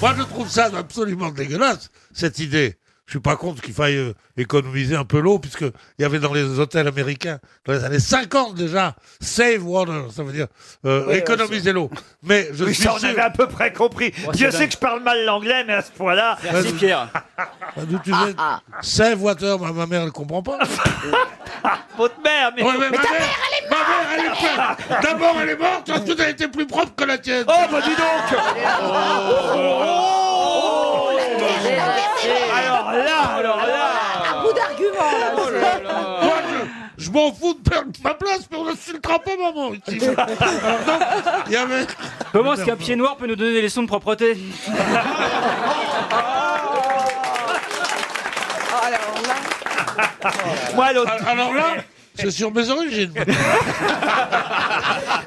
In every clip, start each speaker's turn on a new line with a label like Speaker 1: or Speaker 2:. Speaker 1: Moi, je trouve ça absolument dégueulasse, cette idée. Je suis pas contre qu'il faille euh, économiser un peu l'eau, puisque il y avait dans les hôtels américains, dans les années 50 déjà, save water, ça veut dire euh,
Speaker 2: Oui,
Speaker 1: économiser l'eau. Mais je
Speaker 2: Oui,
Speaker 1: suis
Speaker 2: ça, on
Speaker 1: sûr-
Speaker 2: avait à peu près compris.
Speaker 1: c'est
Speaker 2: Dieu
Speaker 1: dingue.
Speaker 2: sait que je parle mal l'anglais, mais à ce point-là.
Speaker 1: Merci, Pierre. Ah, d'où tu viens Save water, ma, ma mère, elle comprend pas.
Speaker 2: Votre mère, mais.
Speaker 1: Ouais, mais ma mère, ma mère, elle est pleine. D'abord, elle est morte, ensuite, elle était plus propre que la tienne.
Speaker 2: Oh, bah dis donc Alors oh là, alors là
Speaker 3: Un bout d'argument, là.
Speaker 1: Moi, je, je m'en fous de perdre ma place, mais on n'insultera pas maman. ici. Alors, donc, il y avait...
Speaker 4: Comment est-ce qu'un pied noir peut nous donner des leçons de propreté
Speaker 2: Moi, l'autre.
Speaker 1: Alors là, c'est sur mes origines.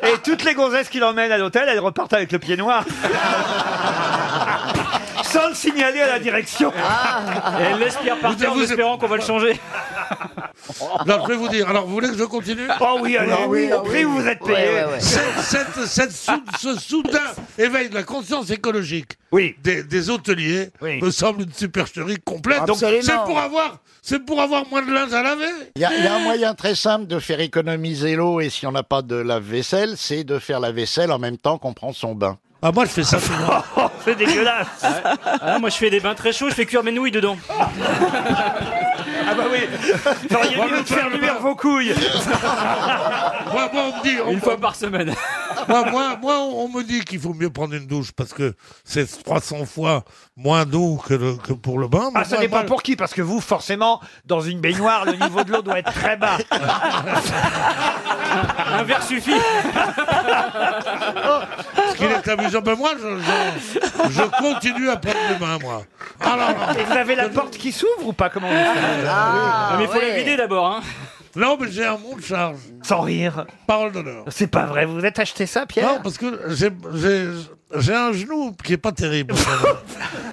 Speaker 2: Et toutes les gonzesses qu'il emmène à l'hôtel, elles repartent avec le pied noir. Sans le signaler à la direction.
Speaker 4: Et elle laisse Pierre partir en
Speaker 1: Vous- vous-
Speaker 4: espérant qu'on va le changer.
Speaker 1: Là, je vais vous dire. Alors, vous voulez que je continue
Speaker 2: Oh oui, allez,
Speaker 3: Ah oui, ah
Speaker 2: au prix
Speaker 3: oui.
Speaker 2: où vous êtes payé.
Speaker 3: Ouais, ouais, ouais.
Speaker 1: Cette- cette- cette sou- Ce soudain éveil de la conscience écologique
Speaker 2: Oui.
Speaker 1: des, des hôteliers
Speaker 2: Oui.
Speaker 1: me semble une supercherie complète.
Speaker 3: Absolument.
Speaker 1: Donc, c'est pour, avoir, c'est pour avoir moins de linge à laver.
Speaker 5: Il y, a- il y a un moyen très simple de faire économiser l'eau et si on n'a pas de lave-vaisselle, c'est de faire la vaisselle en même temps qu'on prend son bain.
Speaker 1: Ah, moi, je fais ça souvent.
Speaker 2: Oh, c'est dégueulasse.
Speaker 4: Ah, moi je fais des bains très chauds, je fais cuire mes nouilles dedans.
Speaker 2: Ah bah oui. Vous auriez mieux de faire nuire vos couilles.
Speaker 1: moi, moi, on me dit, on-
Speaker 4: par semaine.
Speaker 1: moi, moi, moi, on on me dit qu'il faut mieux prendre une douche parce que c'est 300 fois moins d'eau que, le- que pour le bain. mais
Speaker 2: Ah, ça
Speaker 1: moi,
Speaker 2: dépend
Speaker 1: moi,
Speaker 2: pour qui, parce que vous, forcément, dans une baignoire, le niveau de l'eau doit être très bas.
Speaker 4: Un verre suffit.
Speaker 1: Ce qui est amusant, ben moi, je, je- je continue à prendre le bain, moi. Ah Alors,
Speaker 2: Et vous avez la porte qui s'ouvre ou pas Comment vous faites
Speaker 3: Ah,
Speaker 4: mais il faut
Speaker 3: ouais.
Speaker 4: la vider d'abord. Hein.
Speaker 1: non, mais j'ai un monde de charge.
Speaker 2: Sans rire.
Speaker 1: Parole d'honneur.
Speaker 2: C'est pas vrai. Vous vous êtes acheté ça, Pierre
Speaker 1: Non, parce que j'ai- j'ai j'ai un genou qui est pas terrible.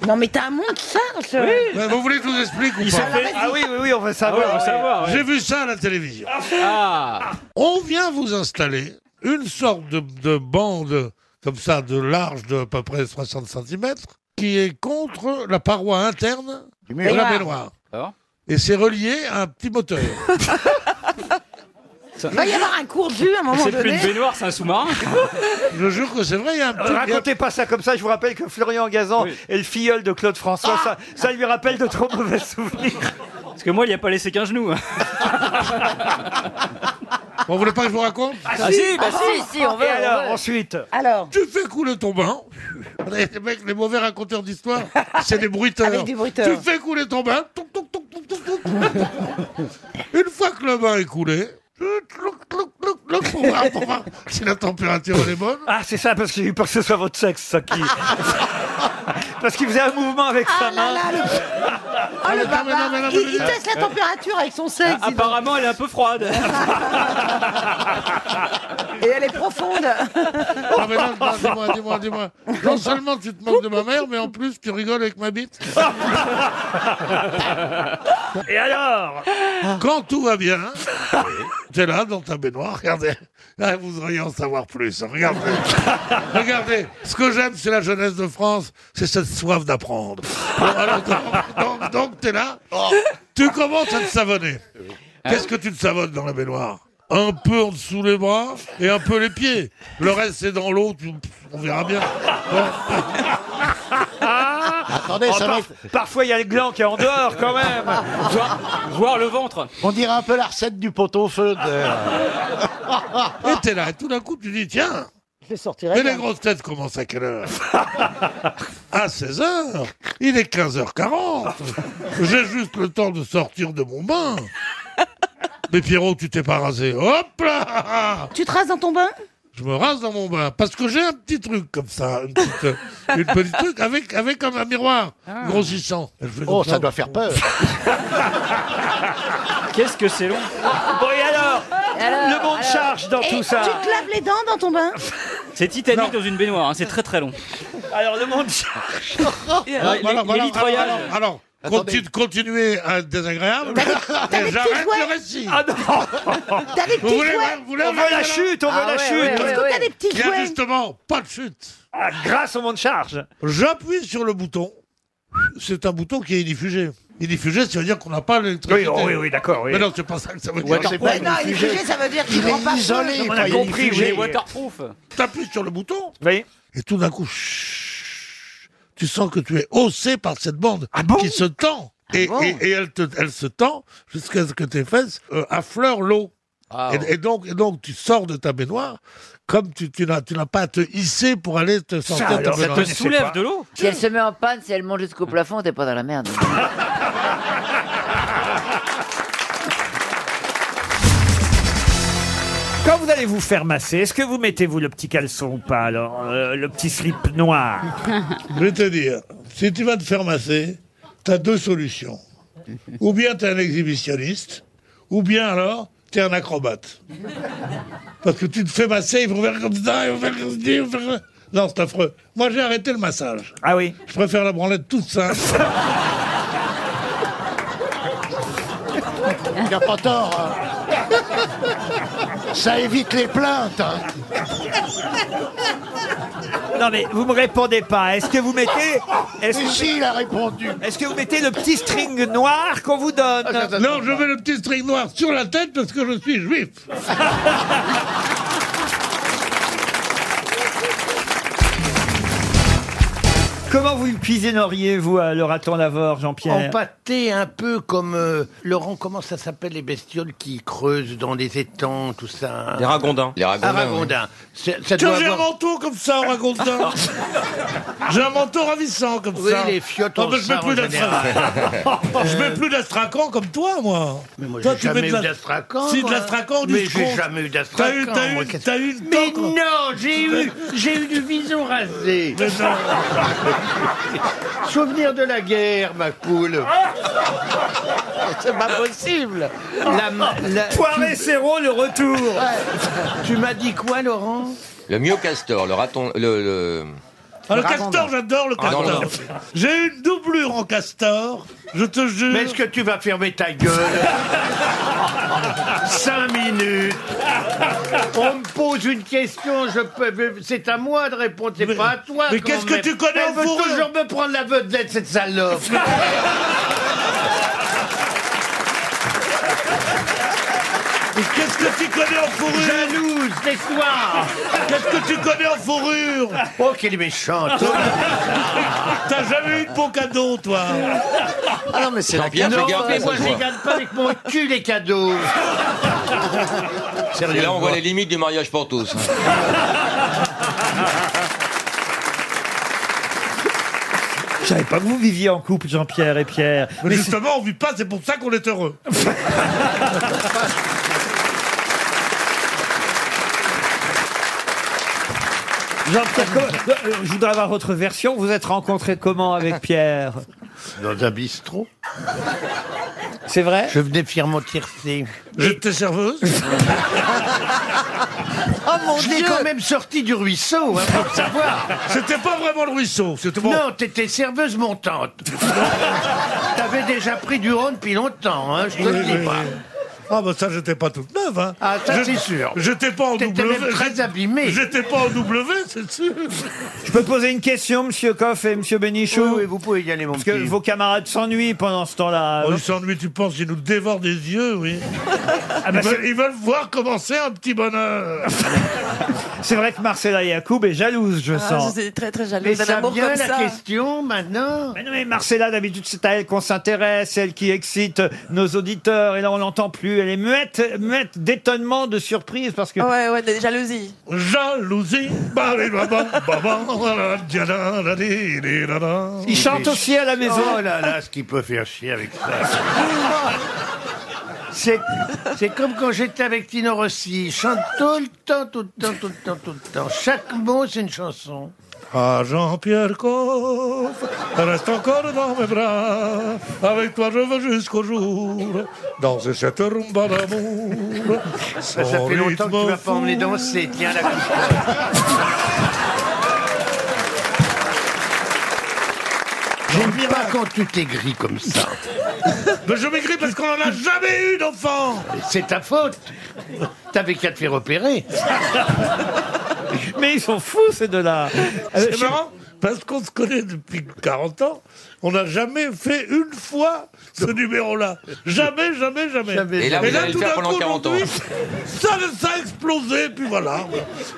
Speaker 3: Non, mais t'as un monde charge.
Speaker 1: Mais vous voulez que je vous explique ou pas
Speaker 2: Ah oui, oui, oui, on veut
Speaker 4: Ah ouais,
Speaker 2: savoir.
Speaker 4: on veut savoir. ouais.
Speaker 1: J'ai vu ça à la télévision.
Speaker 4: Ah.
Speaker 1: On vient vous installer une sorte de, de bande comme ça de large de à peu près 60 cm qui est contre la paroi interne
Speaker 5: Du
Speaker 1: de
Speaker 5: mur.
Speaker 1: la baignoire.
Speaker 4: Alors
Speaker 1: Et c'est relié à un petit moteur.
Speaker 3: Il va y avoir un cours jus à un moment
Speaker 4: C'est plus une
Speaker 3: donné.
Speaker 4: baignoire, c'est un sous-marin.
Speaker 1: Je jure que c'est vrai, il y a un petit...
Speaker 2: Euh, Racontez pas ça comme ça, je vous rappelle que Florian Gazan
Speaker 4: Oui.
Speaker 2: est le filleul de Claude François, ça, ça lui rappelle de trop mauvais souvenirs.
Speaker 4: Parce que moi, il n'y a pas laissé qu'un genou.
Speaker 1: Bon, vous voulez pas que je vous raconte
Speaker 4: Ah si, bah
Speaker 3: si, si, on
Speaker 2: Et alors, ensuite
Speaker 3: Alors,
Speaker 1: Tu fais couler ton bain. Les mecs, les mauvais raconteurs d'histoire, c'est des bruiteurs.
Speaker 3: Avec des bruiteurs.
Speaker 1: Tu fais couler ton bain. Touc, touc, touc, touc, touc, touc. Une fois que le bain est coulé, tu tlouc, tlouc, tlouc, tlouc, pour voir, pour voir si la température elle est bonne.
Speaker 2: Ah, c'est ça, parce que j'ai eu peur que ce soit votre sexe, ça qui. parce qu'il faisait un mouvement avec sa
Speaker 3: ah
Speaker 2: main.
Speaker 3: là là, le, oh,
Speaker 1: Ah, mais
Speaker 3: le
Speaker 1: non,
Speaker 3: baba,
Speaker 1: mais non, Ah, mais non,
Speaker 3: il, il
Speaker 1: mais-
Speaker 3: teste la température avec son sexe. dis donc.
Speaker 4: Apparemment, elle est un peu froide.
Speaker 3: Et elle est profonde.
Speaker 1: Ah, mais non, non, dis-moi, dis-moi, dis-moi. Non seulement tu te moques de ma mère, mais en plus tu rigoles avec ma bite.
Speaker 2: Et alors
Speaker 1: Quand tout va bien, t'es là dans ta baignoire, regardez. Ah, vous auriez en savoir plus. hein, Regardez. regardez. Ce que j'aime, c'est la jeunesse de France, c'est cette soif d'apprendre. Bon, alors, donc, donc, donc, t'es là.
Speaker 2: Oh.
Speaker 1: Tu commences à te savonner. Qu'est-ce que tu te savonnes dans la baignoire Un peu en dessous les bras et un peu les pieds. Le reste, c'est dans l'eau. tu- On verra bien. Bon.
Speaker 5: Attendez,
Speaker 2: Oh,
Speaker 5: ça
Speaker 2: par-
Speaker 5: m'est-
Speaker 2: Parfois, il y a le gland qui est en dehors quand même.
Speaker 4: Voir, voir le ventre.
Speaker 5: on dirait un peu la recette du pot-au-feu.
Speaker 2: Ah.
Speaker 5: de-
Speaker 1: Et t'es là. Et tout d'un coup, tu dis tiens,
Speaker 3: Je sortirai.
Speaker 1: Mais les grosses têtes commencent à quelle heure À 16h. Il est 15h40. J'ai juste le temps de sortir de mon bain. Mais Pierrot, tu t'es pas rasé. Hop là
Speaker 3: Tu traces dans ton bain
Speaker 1: Je me rase dans mon bain. Parce que j'ai un petit truc comme ça. Une petite, une petite truc avec, avec un, un miroir grossissant. Je fais comme
Speaker 5: Oh, ça doit faire peur.
Speaker 4: Qu'est-ce que c'est long
Speaker 2: Bon, et alors
Speaker 3: alors,
Speaker 2: Le monde
Speaker 3: alors
Speaker 2: charge dans
Speaker 3: Et
Speaker 2: tout ça.
Speaker 3: tu te laves les dents dans ton bain
Speaker 4: C'est Titanic dans une baignoire, hein, c'est très très long.
Speaker 2: Alors, le monde charge.
Speaker 4: Alors,
Speaker 1: Voilà,
Speaker 4: les-
Speaker 2: Ah,
Speaker 1: voilà,
Speaker 4: les
Speaker 1: alors,
Speaker 4: vitroillages.
Speaker 1: alors, alors, Continue, continuez à être désagréable. Et j'arrête le récit.
Speaker 2: Ah non
Speaker 3: T'as des
Speaker 1: Vous
Speaker 3: petits
Speaker 1: voulez,
Speaker 3: jouets
Speaker 1: vous voulez
Speaker 2: On veut
Speaker 1: arriver
Speaker 2: la
Speaker 1: là
Speaker 2: chute, on veut
Speaker 6: Ah
Speaker 2: la
Speaker 6: ouais,
Speaker 2: chute
Speaker 6: ouais,
Speaker 3: Est-ce que t'as des petits
Speaker 1: Il y a
Speaker 3: jouets
Speaker 1: justement pas de chute.
Speaker 2: Ah, Grâce au monde charge
Speaker 1: J'appuie sur le bouton. C'est un bouton qui est idiffugé. Idiffugé, ça veut dire qu'on n'a pas
Speaker 2: Oui,
Speaker 1: l'électricité.
Speaker 2: oh, oui, oui, d'accord. Oui.
Speaker 1: Mais non, c'est pas ça que ça veut dire.
Speaker 5: c'est
Speaker 3: Ouais, non,
Speaker 5: le
Speaker 3: il est
Speaker 5: sujet.
Speaker 3: figé, ça veut dire qu'il
Speaker 5: Il
Speaker 3: prend pas
Speaker 5: est
Speaker 3: feu.
Speaker 5: isolé.
Speaker 2: On
Speaker 5: enfin,
Speaker 2: a
Speaker 5: il est
Speaker 2: compris,
Speaker 5: figé.
Speaker 4: J'ai
Speaker 2: oui.
Speaker 4: waterproof.
Speaker 1: T'appuies sur le bouton
Speaker 2: Vous voyez
Speaker 1: et tout d'un coup, chut, tu sens que tu es haussé par cette bande
Speaker 2: Ah bon Ah
Speaker 1: qui se tend. Et,
Speaker 3: bon
Speaker 1: et- et elle, te- elle se tend jusqu'à ce que tes fesses euh, affleurent l'eau.
Speaker 7: Ah
Speaker 1: Et- et, donc, et donc, tu sors de ta baignoire comme tu, tu n'as tu n'as pas à te hisser pour aller te sortir de ta
Speaker 2: alors, ça te
Speaker 1: baignoire.
Speaker 4: Te
Speaker 2: connaissais pas.
Speaker 4: soulève de l'eau
Speaker 6: Si elle se met en panne, si elle monte jusqu'au plafond, t'es pas dans la merde.
Speaker 2: Quand vous allez vous faire masser, est-ce que vous mettez vous le petit caleçon ou pas alors euh, le petit slip noir
Speaker 1: Je vais te dire, si tu vas te faire masser, t'as deux solutions. Ou bien t'es un exhibitionniste, ou bien alors t'es un acrobate. Parce que tu te fais masser, ils vont faire comme ça, ils vont faire comme ça, ils vont faire comme ça. Non, c'est affreux. Moi, j'ai arrêté le massage.
Speaker 2: Ah oui.
Speaker 1: Je préfère la branlette toute simple.
Speaker 5: Il n'a pas tort. hein. Ça évite les plaintes. hein.
Speaker 2: Non mais vous me répondez pas. Est-ce que vous mettez est-ce
Speaker 5: Mais
Speaker 2: que,
Speaker 5: si, il a répondu.
Speaker 2: est-ce que vous mettez le petit string noir qu'on vous
Speaker 8: Ah,
Speaker 2: donne
Speaker 1: Non, je mets le petit string noir sur la tête parce que je suis juif.
Speaker 2: Comment vous le cuisineriez-vous à le raton laveur, Jean-Pierre
Speaker 8: Empâté un peu comme euh, Laurent, comment ça s'appelle les bestioles qui creusent dans les étangs, tout ça
Speaker 7: Les ragondins. Les ragondins.
Speaker 1: Oh, ben,
Speaker 8: Aragondins. C'est- Ça
Speaker 1: Tiens,
Speaker 8: doit
Speaker 1: j'ai un
Speaker 8: avoir...
Speaker 1: manteau comme ça, on raconte ça. J'ai un manteau ravissant comme
Speaker 8: Oui,
Speaker 1: ça.
Speaker 8: les fiottes
Speaker 1: Ah,
Speaker 8: en
Speaker 1: ben, je mets
Speaker 8: sarre en
Speaker 1: plus
Speaker 8: général.
Speaker 1: d'astracan. je mets plus d'astracan comme toi, moi.
Speaker 8: Mais moi,
Speaker 1: toi,
Speaker 8: j'ai jamais
Speaker 1: de
Speaker 8: eu
Speaker 1: la-
Speaker 8: d'astracan.
Speaker 1: Si, de
Speaker 8: moi.
Speaker 1: l'astracan ou du
Speaker 8: Mais
Speaker 1: scotch.
Speaker 8: j'ai jamais eu
Speaker 1: T'as eu,
Speaker 8: d'astracan.
Speaker 1: t'as
Speaker 8: moi,
Speaker 1: eu,
Speaker 8: qu'est-ce-
Speaker 1: t'as eu une
Speaker 8: Mais
Speaker 1: tendre-
Speaker 8: non, j'ai eu, j'ai eu du bison rasé.
Speaker 1: Mais non.
Speaker 8: Souvenir de la guerre, ma poule. C'est pas possible. La, la-
Speaker 2: Poiré Serrault, le retour
Speaker 8: tu m'as dit quoi, Laurent
Speaker 7: Le myocastor, le raton. Le, le-
Speaker 1: Ah, le castor, j'adore le castor. J'ai eu une doublure en castor, je te jure.
Speaker 8: Mais est-ce que tu vas fermer ta gueule Cinq minutes On me pose une question, je peux... c'est à moi de répondre, c'est
Speaker 1: Mais-
Speaker 8: pas à toi.
Speaker 1: mais
Speaker 8: quand
Speaker 1: qu'est-ce que
Speaker 8: même.
Speaker 1: tu connais
Speaker 8: Elle
Speaker 1: en
Speaker 8: veut
Speaker 1: fourrure
Speaker 8: toujours me prendre la vedette, cette salope
Speaker 1: Mais Qu'est-ce que tu connais en fourrure
Speaker 8: Jalouse, laisse-moi
Speaker 1: Qu'est-ce que tu connais en fourrure
Speaker 8: Oh, qu'elle est méchante
Speaker 1: T'as jamais eu de beau cadeau, toi.
Speaker 6: Ah non, mais c'est
Speaker 7: Jean-Pierre, fais
Speaker 8: Non,
Speaker 7: gaffe,
Speaker 8: mais
Speaker 7: là,
Speaker 8: moi,
Speaker 7: ça se
Speaker 8: je
Speaker 7: voit.
Speaker 8: regarde pas avec mon cul les cadeaux
Speaker 7: Et là, on voit les limites du mariage pour tous.
Speaker 2: Je savais pas que vous viviez en couple, Jean-Pierre et Pierre.
Speaker 1: Mais justement, on vit pas, c'est pour ça qu'on est heureux.
Speaker 2: Jean-Pierre, comment- euh, je voudrais avoir votre version. Vous êtes rencontré comment avec Pierre
Speaker 8: Dans un bistrot
Speaker 2: C'est vrai
Speaker 8: Je venais fièrement tiercer.
Speaker 1: J'étais serveuse.
Speaker 6: Oh mon
Speaker 8: Je l'ai
Speaker 6: dieu
Speaker 8: quand même sorti du ruisseau, hein, pour savoir
Speaker 1: C'était pas vraiment le ruisseau. C'était bon.
Speaker 8: Non, t'étais serveuse montante. T'avais déjà pris du rhum depuis longtemps, hein, je te
Speaker 1: Oui,
Speaker 8: le
Speaker 1: oui,
Speaker 8: dis pas.
Speaker 1: oui. Ah bah ça j'étais pas toute neuve hein.
Speaker 8: Ah, ça,
Speaker 1: Je-
Speaker 8: c'est sûr.
Speaker 1: J'étais pas en
Speaker 8: T'étais
Speaker 1: W.
Speaker 8: même très abîmé.
Speaker 1: J'étais pas en W, c'est sûr.
Speaker 2: Je peux poser une question, Monsieur Coff et Monsieur Bénichou
Speaker 8: vous pouvez y aller, mon
Speaker 2: Parce que vos camarades s'ennuient pendant ce temps-là.
Speaker 8: Ah
Speaker 1: Oh, ils s'ennuient, tu penses, ils nous dévorent des yeux, oui.
Speaker 2: Ah bah,
Speaker 1: Ils veulent,
Speaker 2: c'est-
Speaker 1: ils veulent voir commencer un petit bonheur.
Speaker 2: c'est vrai que Marcella Yacoub est jalouse, je
Speaker 3: hein.
Speaker 6: Ah,
Speaker 2: sens.
Speaker 6: J'étais très très
Speaker 8: Mais
Speaker 6: jalouse d'un
Speaker 8: ça
Speaker 6: amour
Speaker 8: vient
Speaker 6: comme
Speaker 8: la
Speaker 6: ça.
Speaker 8: question, maintenant
Speaker 2: Mais non, mais Marcella, d'habitude, c'est à elle qu'on s'intéresse, c'est elle qui excite nos auditeurs, et là, on l'entend plus. Elle est muette, muette d'étonnement, de surprise, parce que.
Speaker 6: Ah Ouais, ouais, de jalousie.
Speaker 1: Jalousie. Bah, les babans, babans, la, la, dia, la, la, di, di, la, la.
Speaker 2: Il chante aussi à la maison.
Speaker 1: Ah
Speaker 8: Oh là là, ce qui peut faire chier avec ça. C'est, c'est comme quand j'étais avec Tino Rossi. Il chante tout le temps, tout le temps, tout le temps, tout le temps. Chaque mot, c'est une chanson.
Speaker 1: Ah, Jean-Pierre Coff, reste encore dans mes bras. Avec toi, je veux jusqu'au jour. Danser cette rumba d'amour.
Speaker 8: Bah, Ça, ça fait longtemps que tu vas pas emmener danser. Tiens, la
Speaker 2: J'ai
Speaker 8: J'aime pas quand tu t'aigris comme ça.
Speaker 1: Mais je m'écris parce qu'on n'en a jamais eu d'enfant
Speaker 8: C'est ta faute. T'avais qu'à te faire opérer.
Speaker 2: Mais ils sont fous, ces deux-là. Euh,
Speaker 1: C'est
Speaker 2: je-
Speaker 1: marrant parce qu'on se connaît depuis 40 ans, on n'a jamais fait une fois ce numéro-là. Jamais, jamais, jamais.
Speaker 8: Jamais.
Speaker 7: Et là, vous allez
Speaker 1: tout
Speaker 7: le faire
Speaker 1: d'un
Speaker 7: pendant
Speaker 1: coup,
Speaker 7: 40 ans.
Speaker 1: aujourd'hui, Ça, ça a explosé, puis voilà.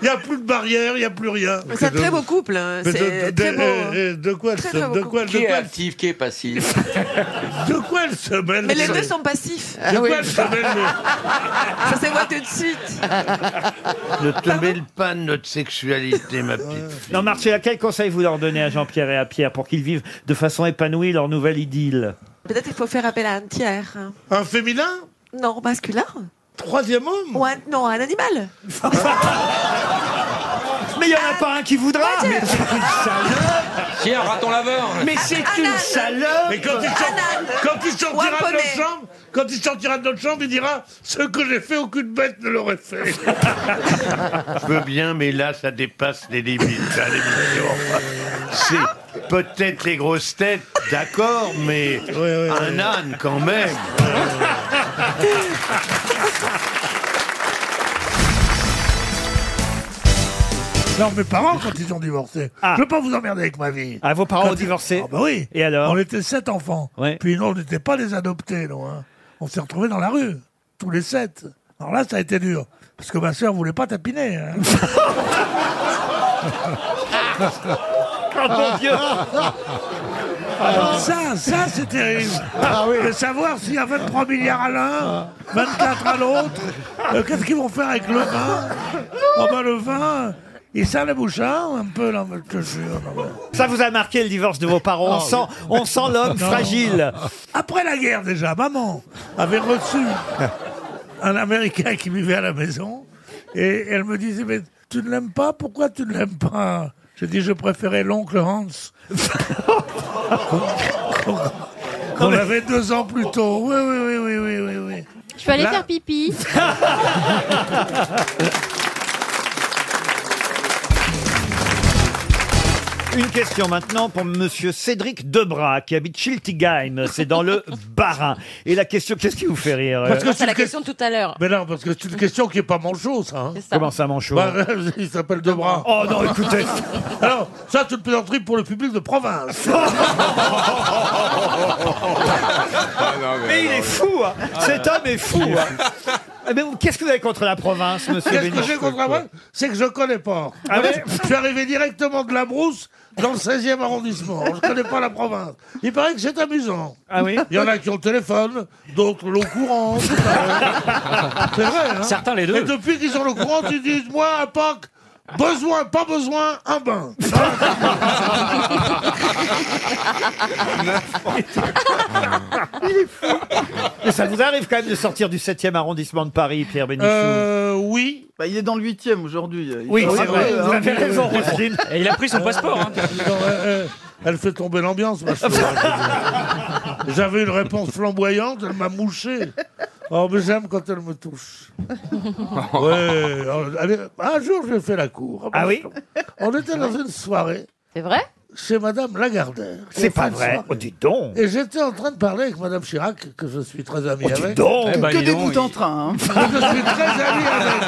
Speaker 1: Il n'y a plus de barrière, il n'y a plus rien.
Speaker 9: Mais c'est un très beau couple, hein.
Speaker 1: Mais
Speaker 9: c'est
Speaker 1: de, de-
Speaker 9: très beau. hein.
Speaker 1: eh, eh, de quoi elle
Speaker 9: Très,
Speaker 1: se,
Speaker 9: très
Speaker 1: de
Speaker 9: beau
Speaker 1: quoi, de
Speaker 7: Qui est
Speaker 1: quoi elle-
Speaker 7: actif, qui est passif
Speaker 1: de quoi elle se mêle
Speaker 9: Mais les
Speaker 1: ce-
Speaker 9: deux sont Ah passifs,
Speaker 1: De quoi elle se mêle le-
Speaker 9: ça se voit tout de suite.
Speaker 8: Ne
Speaker 10: Ah,
Speaker 8: te mêle pas de notre sexualité, ma petite fille.
Speaker 2: Non, Marcella, quel conseil vous leur donnez à Jean-Pierre et à Pierre pour qu'ils vivent de façon épanouie leur nouvelle idylle
Speaker 9: Peut-être il faut faire appel à un tiers. hein.
Speaker 1: Un féminin
Speaker 9: Non, masculin
Speaker 1: Troisième homme
Speaker 9: Ou un, non, un animal
Speaker 2: Mais il n'y en a pas un qui voudra
Speaker 7: Qui est un raton laveur
Speaker 8: Mais c'est
Speaker 9: Alan.
Speaker 8: une salope
Speaker 1: Mais quand il, sort-
Speaker 9: âne.
Speaker 1: quand
Speaker 9: Ou
Speaker 1: il
Speaker 9: un
Speaker 1: sortira de notre
Speaker 9: poney.
Speaker 1: chambre, quand il sortira de notre chambre, il dira ce que j'ai fait, aucune bête ne l'aurait fait.
Speaker 8: Je veux bien, mais là, ça dépasse les limites à l'émission. C'est peut-être les grosses têtes, d'accord, mais
Speaker 1: ouais,
Speaker 8: un âne quand même.
Speaker 1: Non, mes parents, quand ils ont divorcé,
Speaker 2: Ah.
Speaker 1: je veux pas vous emmerder avec ma vie.
Speaker 2: Ah, vos parents
Speaker 1: Quand
Speaker 2: ont
Speaker 1: ils-
Speaker 2: divorcé
Speaker 1: Ah bah oui.
Speaker 2: Et alors
Speaker 1: On était sept enfants.
Speaker 2: Ouais.
Speaker 1: Puis non, on n'était pas les adoptés, non. hein. On s'est retrouvés dans la rue, tous les sept. Alors là, ça a été dur. Parce que ma sœur voulait pas tapiner. hein.
Speaker 2: Oh, mon Dieu
Speaker 1: Ça, ça, c'est terrible.
Speaker 2: Ah
Speaker 1: De savoir s'il y a 23 milliards à l'un, 24 à l'autre, euh, qu'est-ce qu'ils vont faire avec le vin Oh ben le vin, il sent le bouchon un peu, là, mais je te jure. non, mais-
Speaker 2: Ça vous a marqué le divorce de vos parents On sent, on sent l'homme fragile.
Speaker 1: Après la guerre déjà, maman avait reçu un Américain qui vivait à la maison et elle me disait mais tu ne l'aimes pas Pourquoi tu ne l'aimes pas J'ai dit je préférais l'oncle Hans. Qu'on avait deux ans plus tôt. Oui, oui, oui, oui, oui, oui. oui.
Speaker 11: Je peux aller
Speaker 1: Là-
Speaker 11: faire pipi.
Speaker 2: Une question maintenant pour Monsieur Cédric Debras, qui habite Schiltigheim, c'est dans le Bas-Rhin. Et la question, qu'est-ce qui vous fait rire euh,
Speaker 1: que c'est une que-
Speaker 11: de tout à l'heure.
Speaker 1: Mais non, parce que c'est une question qui est pas manchot, ça. hein.
Speaker 2: Comment ça, Manchot
Speaker 1: Bah, il s'appelle Debras.
Speaker 2: euh, Oh non, écoutez
Speaker 1: Alors, ça, c'est une plaisanterie pour le public de province.
Speaker 2: Mais il est fou hein. Cet homme est fou hein. Eh ben, Qu'est-ce que vous avez contre la province, monsieur
Speaker 1: Qu'est-ce que
Speaker 2: Bénichou
Speaker 1: j'ai contre la province C'est que je connais pas.
Speaker 2: Ah ouais
Speaker 1: je suis arrivé directement de la brousse dans le 16e arrondissement. Je connais pas la province. Il paraît que c'est amusant.
Speaker 2: Ah oui
Speaker 1: Il y en a qui ont le téléphone, d'autres l'eau courante. c'est vrai, hein
Speaker 4: Certains les
Speaker 1: Et
Speaker 4: deux.
Speaker 1: depuis qu'ils ont l'eau courante, ils disent, moi, à Pâques, besoin, pas besoin, un bain.
Speaker 2: Mais ça vous arrive quand même de sortir du 7e arrondissement de Paris, Pierre Bénichou
Speaker 1: Euh, oui.
Speaker 10: Bah, il est dans le huitième aujourd'hui.
Speaker 2: Oui, c'est vrai.
Speaker 10: hein.
Speaker 2: Vous
Speaker 1: Euh,
Speaker 2: avez raison, Roselyne.
Speaker 4: Et il a pris son passeport. hein.
Speaker 1: Non, euh, euh, elle fait tomber l'ambiance, ma chose. J'avais une réponse flamboyante, elle m'a mouché. Oh, mais j'aime quand elle me touche. Ouais. alors, allez, un jour, j'ai fait la cour.
Speaker 2: Ah oui
Speaker 1: On était dans une soirée
Speaker 6: C'est vrai
Speaker 1: chez Madame Lagardère.
Speaker 2: C'est pas
Speaker 1: Une
Speaker 2: vrai.
Speaker 1: soirée.
Speaker 2: Oh, dites donc.
Speaker 1: Et j'étais en train de parler avec Madame Chirac, que je suis très ami
Speaker 2: Oh, dites
Speaker 1: avec.
Speaker 2: donc.
Speaker 7: bah,
Speaker 4: Eh ben,
Speaker 10: que
Speaker 4: dis
Speaker 10: des
Speaker 4: donc,
Speaker 10: bouts
Speaker 4: il-
Speaker 10: en train. hein.
Speaker 1: Que je suis très ami avec.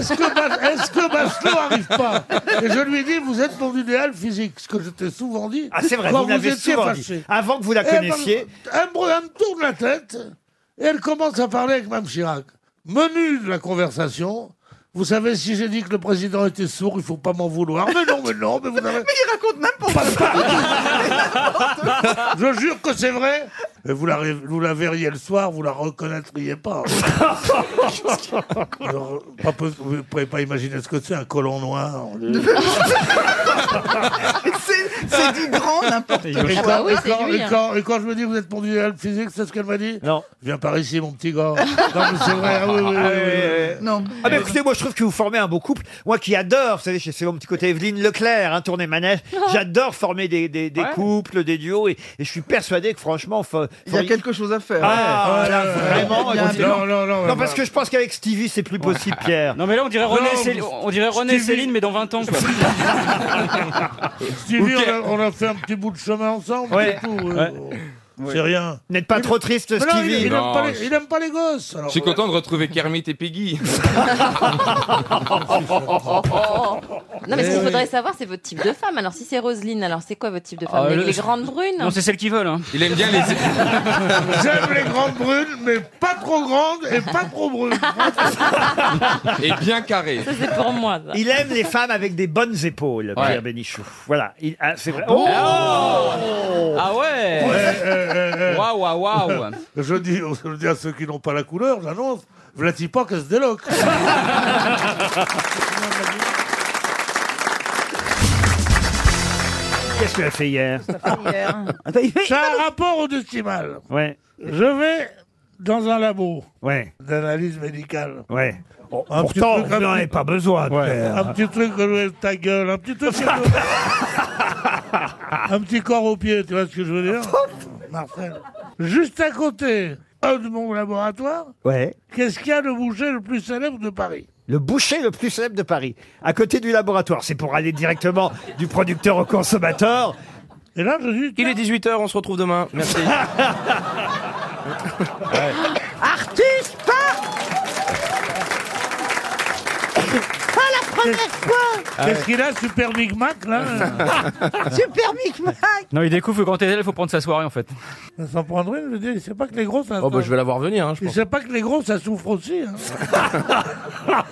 Speaker 1: Est-ce que, Ba- est-ce que Bachelot arrive pas Et je lui dis, vous êtes mon idéal physique, ce que je t'ai souvent dit.
Speaker 2: Ah, c'est vrai,
Speaker 1: quand
Speaker 2: vous l'avez
Speaker 1: étiez
Speaker 2: souvent
Speaker 1: fâché.
Speaker 2: dit. Avant que vous la
Speaker 1: Eh ben,
Speaker 2: connaissiez.
Speaker 1: elle, me, elle me tourne la tête et elle commence à parler avec Mme Chirac. Menu de la conversation. Vous savez, si j'ai dit que le président était sourd, il faut pas m'en vouloir. Mais non, mais non, mais vous avez...
Speaker 10: Il raconte même pas.
Speaker 1: Je jure que c'est vrai. Mais vous la, ré- vous la verriez le soir, vous la reconnaîtriez pas. Alors, pas pos- vous ne pouvez pas imaginer ce que c'est, un colon noir.
Speaker 10: C'est c'est du grand n'importe
Speaker 4: Il est
Speaker 1: Et
Speaker 4: au-
Speaker 1: quand,
Speaker 11: bah oui,
Speaker 1: et
Speaker 11: c'est
Speaker 1: quand-
Speaker 11: lui,
Speaker 1: et
Speaker 11: hein.
Speaker 1: quand- et quand je me dis que vous êtes mon idéal physique, c'est ce qu'elle m'a dit
Speaker 2: Non.
Speaker 1: Viens par ici, mon petit gars. Non, mais c'est vrai. ah oui, oui, oui, oui, oui.
Speaker 10: Euh, Non.
Speaker 2: Ah mais écoutez, moi je trouve que vous formez un beau couple. Moi qui adore, vous savez, c'est c'est mon petit côté Evelyne Leclerc,
Speaker 10: Ah.
Speaker 2: hein, tourner manège. J'adore former des, des, des couples, des duos, et, et je suis persuadé que franchement, enfin,
Speaker 10: Il y a quelque chose à faire.
Speaker 2: Ah,
Speaker 10: Ouais.
Speaker 2: là,
Speaker 10: Ouais.
Speaker 2: vraiment,
Speaker 10: Il y a un
Speaker 2: continue.
Speaker 10: bilan.
Speaker 2: Ah Non, parce que je pense qu'avec Stevie, c'est plus possible, Pierre.
Speaker 4: Non, mais là, on dirait René, Céline, on dirait René
Speaker 1: Stevie.
Speaker 4: Céline, mais dans 20 ans, quoi.
Speaker 1: Stevie,
Speaker 2: Ou
Speaker 1: on
Speaker 2: quel-
Speaker 1: a, on a fait un petit bout de chemin ensemble,
Speaker 2: Ouais.
Speaker 1: c'est tout. euh,
Speaker 2: Ouais.
Speaker 1: bon, C'est rien.
Speaker 2: N'êtes pas trop triste,
Speaker 1: Mais non, il-
Speaker 2: Stevie.
Speaker 1: il, aime
Speaker 7: Non,
Speaker 1: pas les,
Speaker 7: je-
Speaker 1: il aime pas les gosses. alors.
Speaker 7: Je suis content de retrouver Kermit et Peggy.
Speaker 11: Non, mais ce
Speaker 1: Eh
Speaker 11: qu'il
Speaker 1: oui.
Speaker 11: faudrait savoir, c'est votre type de femme. Alors, si c'est Roselyne, alors c'est quoi votre type de femme
Speaker 4: Ah,
Speaker 11: les,
Speaker 4: le-
Speaker 11: les grandes brunes
Speaker 4: Non, c'est celles qui veulent. Hein.
Speaker 7: Il aime bien les.
Speaker 1: euh, J'aime les grandes brunes, mais pas trop grandes et pas trop brunes.
Speaker 7: Et bien carré.
Speaker 11: Ça, c'est pour moi, ça.
Speaker 2: Il aime les femmes avec des bonnes épaules,
Speaker 7: Ouais.
Speaker 2: Pierre Bénichou. Voilà, Il- ah, c'est vrai. Oh
Speaker 4: Ah ouais Waouh, waouh, waouh
Speaker 1: Je dis, je dis à ceux qui n'ont pas la couleur, j'annonce, Vladipak se déloque.
Speaker 2: Qu'est-ce qu'elle a fait hier Ah, bah,
Speaker 1: J'ai un rapport au décimal.
Speaker 2: Ouais,
Speaker 1: Je vais dans un labo
Speaker 2: ouais,
Speaker 1: d'analyse médicale.
Speaker 2: ouais. Oh,
Speaker 1: Un petit
Speaker 2: pourtant,
Speaker 1: truc,
Speaker 2: vous
Speaker 1: un
Speaker 2: n'en avez
Speaker 1: petit-
Speaker 2: pas besoin, Pierre.
Speaker 1: Un petit truc, euh, ta gueule, un petit truc. un petit corps au pied, tu vois ce que je veux dire Marcel. Juste à côté euh, de mon laboratoire,
Speaker 2: Ouais.
Speaker 1: qu'est-ce qu'il y a le boucher le plus célèbre de Paris
Speaker 2: Le boucher le plus célèbre de Paris, à côté du laboratoire. C'est pour aller directement du producteur au consommateur.
Speaker 1: Et là, je dis,
Speaker 7: Il est 18h, on se retrouve demain. Merci.
Speaker 3: Artiste, pas Pas la première fois
Speaker 1: qu'est-ce qu'il a, Super Big Mac, là
Speaker 3: Super Micmac
Speaker 4: Non, il découvre que quand t'es là, il faut prendre sa soirée, en fait.
Speaker 1: Ça s'en prendre une, je dis, c'est pas que les gros, ça
Speaker 7: Oh, bah, je vais la voir venir, hein, je
Speaker 1: Je
Speaker 7: pense.
Speaker 1: sais pas que les gros, ça souffre aussi. hein.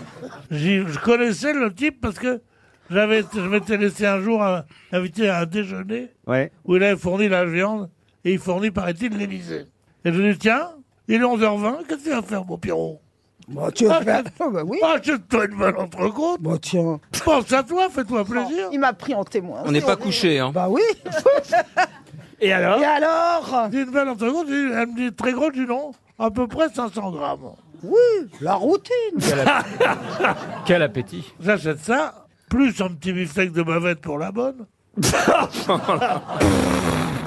Speaker 1: J'y- je connaissais le type parce que j'avais, je m'étais laissé un jour euh, invité à un déjeuner
Speaker 2: Ouais.
Speaker 1: où il avait fourni la viande et il fournit, paraît-il, l'Élysée. Et je lui dis, tiens, il est 11h20, qu'est-ce que tu vas faire, mon Pierrot
Speaker 10: Bah, tu
Speaker 1: vas faire- Achète-toi une bonne entrecôte.
Speaker 10: Bah, tiens. Bah,
Speaker 1: Pense à toi, fais-toi plaisir.
Speaker 10: Il m'a pris en témoin.
Speaker 7: On n'est pas couché, hein.
Speaker 10: Bah oui.
Speaker 2: Et alors
Speaker 10: Et alors
Speaker 1: J'ai une belle entrecôte, je dis- elle me dit, très gros, du nom, à peu près 500 grammes.
Speaker 10: Oui, la routine.
Speaker 4: Quel appétit
Speaker 1: J'achète ça, plus un petit bifteck de bavette pour la bonne.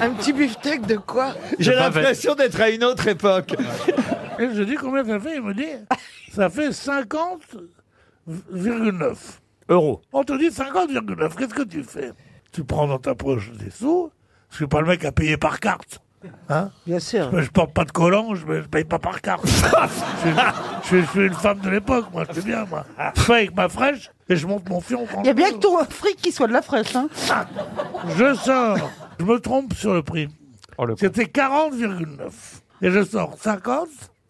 Speaker 10: Un petit beefsteak de quoi
Speaker 2: J'ai l'impression d'être à une autre époque.
Speaker 1: Et je dis combien ça fait Il me dit ça fait 50,9.
Speaker 2: Euro.
Speaker 1: On te dit 50,9. Qu'est-ce que tu fais Tu prends dans ta poche des sous. Je suis pas le mec à payer par carte. Hein
Speaker 10: Bien sûr.
Speaker 1: je porte pas de collant, je, me- je paye pas par carte. je, suis- je suis- je suis une femme de l'époque, moi, je sais bien, moi. Je fais avec ma fraîche et je monte mon fion.
Speaker 10: Il y a bien que ton fric qui soit de la fraîche. Hein.
Speaker 1: Je sors, je me trompe sur le prix.
Speaker 4: Oh, le con.
Speaker 1: C'était 40,9. Et je sors 50.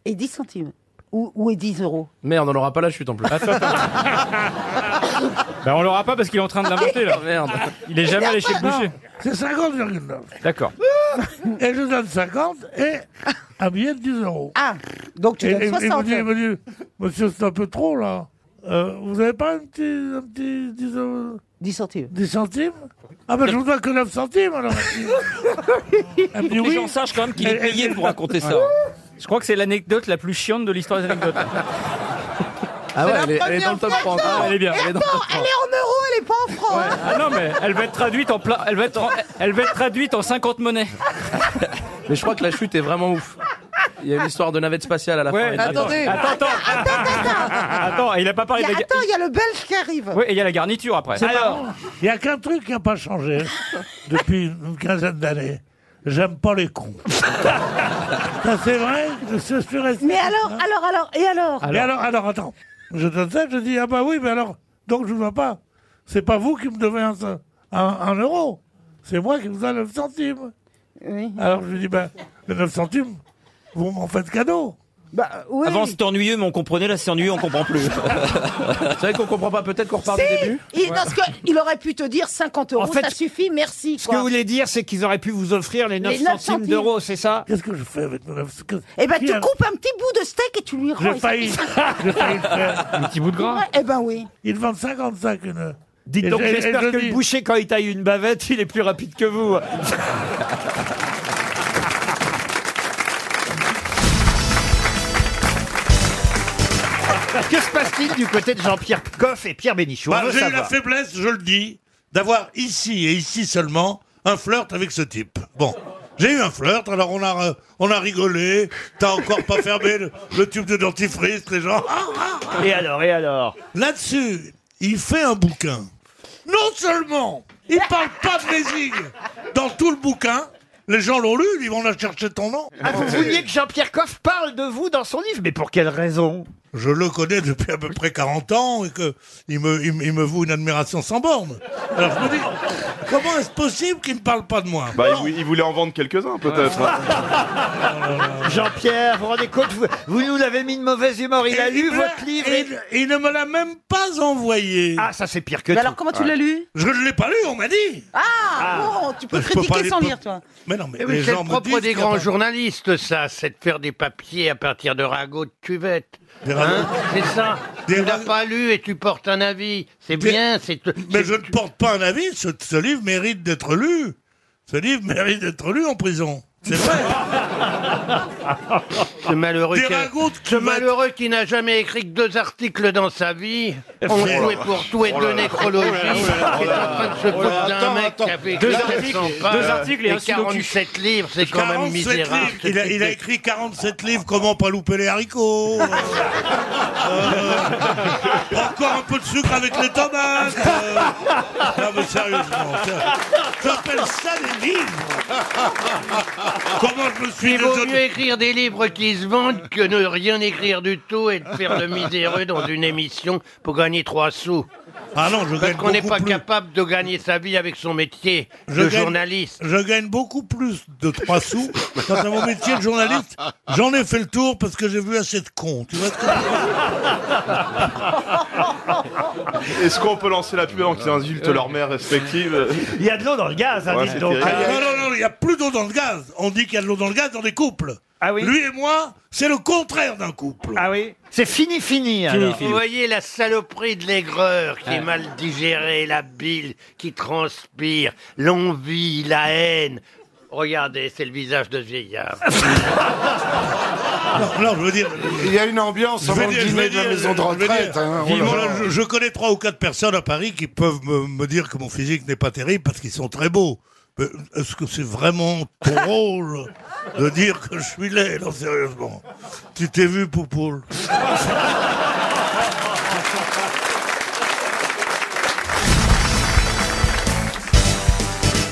Speaker 3: Et 10 centimes. Ou, ou et 10 euros.
Speaker 7: Merde, on n'aura pas la chute en plus.
Speaker 4: Attends, attends. Bah, on l'aura pas parce qu'il est en train de l'inventer, là.
Speaker 7: Merde.
Speaker 4: Il est jamais allé chez le boucher.
Speaker 1: C'est 50,9.
Speaker 4: D'accord.
Speaker 1: Et je donne 50 et un billet de 10 euros.
Speaker 10: Ah, donc
Speaker 1: Et, et- et il me dit, il me dit, monsieur, c'est un peu trop là. Euh, vous n'avez pas un petit, un petit 10, euros-
Speaker 10: 10 centimes.
Speaker 1: 10 centimes Ah ben je vous dois que 9 centimes alors. Elle me dit
Speaker 4: Les
Speaker 1: oui.
Speaker 4: gens sachent quand même qu'il
Speaker 1: Elle-
Speaker 4: est
Speaker 1: elle-
Speaker 4: payé pour raconter ça. Je crois que c'est l'anecdote la plus chiante de l'histoire des anecdotes.
Speaker 7: Ah ouais, elle est, elle est dans le top 30.
Speaker 4: Ah, elle est bien. Elle est dans le top
Speaker 10: Elle est
Speaker 4: 3.
Speaker 10: en euros, elle est pas en francs. hein.
Speaker 4: Ah non, mais elle va être traduite en plein. Elle va être, en- elle va être traduite en 50 monnaies.
Speaker 7: Mais je crois que la chute est vraiment ouf. Il y a une histoire de navette spatiale à la fin.
Speaker 4: attendez. Attends, attends. Attends, il a pas parlé
Speaker 10: Il y
Speaker 4: de
Speaker 10: a-
Speaker 4: la gar-
Speaker 10: attends, il y a le belge qui arrive.
Speaker 4: Oui, et il y a la garniture après.
Speaker 2: Alors,
Speaker 1: Il n'y a qu'un truc qui n'a pas changé hein, depuis une quinzaine d'années. J'aime pas les cons. ça c'est vrai, je suis resté.
Speaker 3: Mais alors, alors, alors, et alors
Speaker 1: Mais alors, alors attends. Je donne ça, je dis ah bah oui, mais alors donc je ne vois pas. C'est pas vous qui me devez un, ce- un, un euro. C'est moi qui vous donne 9 centimes.
Speaker 10: Oui.
Speaker 1: Alors je lui dis ben les 9 centimes, vous m'en faites cadeau.
Speaker 10: Bah, oui.
Speaker 12: Avant c'était ennuyeux, mais on comprenait. Là c'est ennuyeux, on comprend plus.
Speaker 7: C'est vrai qu'on comprend pas. Peut-être qu'on repart du début.
Speaker 3: il, parce que, il aurait pu te dire 50 euros,
Speaker 2: En fait,
Speaker 3: ça suffit, merci.
Speaker 2: ce que
Speaker 3: Quoi.
Speaker 2: vous voulez dire, c'est qu'ils auraient pu vous offrir les 9
Speaker 3: Les 9
Speaker 2: centimes,
Speaker 3: centimes.
Speaker 2: d'euros, c'est ça
Speaker 1: Qu'est-ce que je fais avec mes 9 centimes
Speaker 3: Eh ben, hein.
Speaker 1: Qui
Speaker 3: tu
Speaker 1: a-
Speaker 3: coupes un petit bout de steak et tu lui rends.
Speaker 1: J'ai failli, j'ai failli le faire.
Speaker 4: Un petit bout de gras.
Speaker 3: Eh ben oui.
Speaker 1: Ils vendent 55 une.
Speaker 2: Dites
Speaker 1: Et
Speaker 2: donc,
Speaker 1: je- et
Speaker 2: j'espère
Speaker 1: je
Speaker 2: que
Speaker 1: dis-
Speaker 2: le boucher, quand il taille une bavette, il est plus rapide que vous. que se passe-t-il du côté de Jean-Pierre Coff et Pierre Bénichou On
Speaker 13: Bah,
Speaker 2: veut
Speaker 13: J'ai eu la
Speaker 2: savoir.
Speaker 13: faiblesse, je le dis, d'avoir ici et ici seulement un flirt avec ce type. Bon,
Speaker 1: J'ai eu un flirt, alors on a, re- on a rigolé. T'as encore pas fermé le, le tube de dentifrice, les gens.
Speaker 2: Et alors, et alors
Speaker 1: Là-dessus, il fait un bouquin. Non seulement il parle pas de lésing dans tout le bouquin, les gens l'ont lu, ils vont la chercher ton nom.
Speaker 2: Ah, vous vouliez que Jean-Pierre Coff parle de vous dans son livre Mais pour quelle raison
Speaker 1: Je le connais depuis à peu près 40 ans et que il me, il, me- il me voue une admiration sans borne. Alors je me dis, comment est-ce possible qu'il ne parle pas de moi
Speaker 13: Bah, il, vou- il voulait en vendre quelques-uns, peut-être. hein.
Speaker 2: Jean-Pierre, vous vous rendez compte, vous, vous nous l'avez mis de mauvaise humeur. Il a
Speaker 1: Et
Speaker 2: lu
Speaker 1: me l'a-
Speaker 2: votre livre.
Speaker 1: et il- il ne me l'a même pas envoyé.
Speaker 2: Ah, ça c'est pire que
Speaker 1: Mais
Speaker 2: tout.
Speaker 1: alors, comment tu l'as lu Je ne l'ai pas lu, on m'a dit.
Speaker 3: Ah,
Speaker 1: Ah.
Speaker 3: bon, tu peux
Speaker 1: Bah, je peux
Speaker 3: critiquer
Speaker 1: pas les-
Speaker 3: sans
Speaker 1: peux-
Speaker 3: lire, toi.
Speaker 1: Mais non, mais,
Speaker 8: Eh oui,
Speaker 1: les
Speaker 8: c'est
Speaker 1: gens
Speaker 8: le
Speaker 1: me
Speaker 8: propre
Speaker 1: disent
Speaker 8: des
Speaker 1: qu'il y a
Speaker 8: grands
Speaker 1: pas-
Speaker 8: journalistes, ça, c'est de faire des papiers à partir de ragots de cuvette.
Speaker 1: Des ragots-
Speaker 8: Hein c'est ça. tu l'as pas lu et tu portes un avis. C'est
Speaker 1: Des-
Speaker 8: bien, c'est.
Speaker 1: Mais je ne porte pas un avis, ce, ce livre mérite d'être lu. Ce livre mérite d'être lu en prison. C'est vrai.
Speaker 8: Ce malheureux,
Speaker 1: Des
Speaker 8: qui a-
Speaker 1: ragots de
Speaker 8: ce
Speaker 1: cuvette.
Speaker 8: malheureux qui n'a jamais écrit que deux articles dans sa vie,
Speaker 1: Oh
Speaker 8: on
Speaker 1: là
Speaker 8: jouait
Speaker 1: là.
Speaker 8: pour tout et
Speaker 1: Oh là
Speaker 8: de
Speaker 1: là.
Speaker 8: nécrologie,
Speaker 1: Oh là là,
Speaker 8: qui
Speaker 1: oh là là,
Speaker 8: est en train de se
Speaker 1: oh là là.
Speaker 8: foutre d'un
Speaker 1: Attends,
Speaker 8: mec qui
Speaker 1: attends.
Speaker 8: a fait
Speaker 1: Deux
Speaker 8: 400
Speaker 1: articles,
Speaker 8: pages
Speaker 1: deux articles et un sudoku.
Speaker 8: 47 livres, c'est quand même
Speaker 1: 47
Speaker 8: misérable.
Speaker 1: livres. Il a, il a écrit 47 livres, comment pas louper les haricots euh, euh, Encore un peu de sucre avec les tomates euh. Non mais sérieusement, ça- t'appelles ça des livres Comment je me suis...
Speaker 8: Il vaut
Speaker 1: désolé-
Speaker 8: mieux écrire des livres qui se vendent que ne rien écrire du tout et de faire le miséreux dans une émission pour gagner 3 sous.
Speaker 1: Ah non, je
Speaker 8: Parce
Speaker 1: gagne
Speaker 8: qu'on n'est
Speaker 1: beaucoup
Speaker 8: pas
Speaker 1: plus.
Speaker 8: capable de gagner sa vie avec son métier
Speaker 1: Je
Speaker 8: de
Speaker 1: gagne-
Speaker 8: journaliste.
Speaker 1: Je gagne beaucoup plus de 3 sous quant à mon métier de journaliste. J'en ai fait le tour parce que j'ai vu assez de cons. Tu vois ce que
Speaker 13: Est-ce qu'on peut lancer la pub avant qu'ils insultent leur mère respective
Speaker 2: Il y a de l'eau dans le gaz, hein,
Speaker 13: Ouais,
Speaker 2: dites
Speaker 13: c'est
Speaker 2: donc.
Speaker 13: terrible.
Speaker 2: Ah,
Speaker 1: Non, non, non, il n'y a plus d'eau dans le gaz. On dit qu'il y a de l'eau dans le gaz dans les couples. Lui et moi, c'est le contraire d'un couple.
Speaker 2: Ah oui C'est fini, fini. alors.
Speaker 8: Vous voyez la saloperie de l'aigreur
Speaker 14: Ah.
Speaker 8: qui est mal digérée, la bile qui transpire, l'envie, la haine. Regardez, c'est le visage de ce vieillard.
Speaker 2: Ah.
Speaker 1: Non, non, je veux dire.
Speaker 14: Il y a une ambiance
Speaker 1: Je veux
Speaker 14: avant le
Speaker 1: dire, je
Speaker 14: dîner
Speaker 1: veux
Speaker 14: de la
Speaker 1: dire,
Speaker 14: maison de
Speaker 1: je veux dire,
Speaker 14: retraite. hein, oh là
Speaker 1: vivement,
Speaker 14: là.
Speaker 1: je, je connais trois ou quatre personnes à Paris qui peuvent me, me dire que mon physique n'est pas terrible parce qu'ils sont très beaux. Mais est-ce que c'est vraiment ton rôle de dire que je suis laid Non, sérieusement. Tu t'es vu, Poupoule